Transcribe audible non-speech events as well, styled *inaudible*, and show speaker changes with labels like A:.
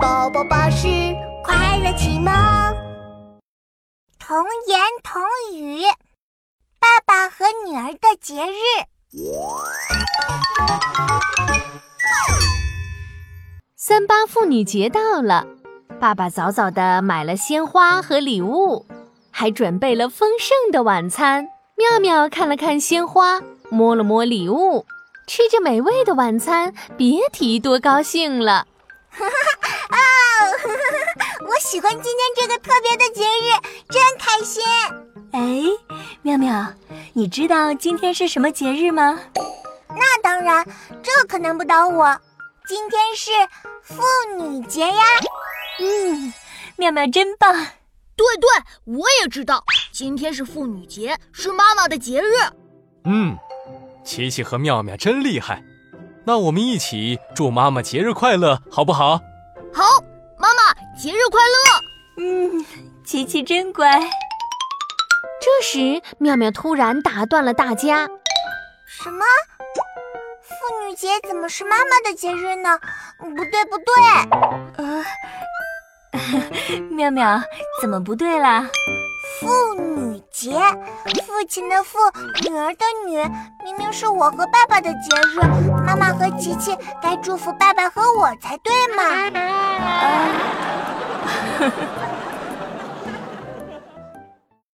A: 宝宝巴士快乐启蒙，
B: 童言童语，爸爸和女儿的节日。
C: 三八妇女节到了，爸爸早早的买了鲜花和礼物，还准备了丰盛的晚餐。妙妙看了看鲜花，摸了摸礼物，吃着美味的晚餐，别提多高兴了。
B: 哦 *laughs* 我喜欢今天这个特别的节日，真开心！
D: 哎，妙妙，你知道今天是什么节日吗？
B: 那当然，这可难不倒我。今天是妇女节呀！
D: 嗯，妙妙真棒。
E: 对对，我也知道，今天是妇女节，是妈妈的节日。
F: 嗯，琪琪和妙妙真厉害。那我们一起祝妈妈节日快乐，好不好？
E: 好，妈妈节日快乐！
D: 嗯，琪琪真乖。
C: 这时，妙妙突然打断了大家：“
B: 什么？妇女节怎么是妈妈的节日呢？不对，不对！
D: 呃， *laughs* 妙妙，怎么不对啦？
B: 妇女节，父亲的父，女儿的女，明明是我和爸爸的节日，妈妈和琪琪该祝福爸爸和我才对嘛。
D: 呃”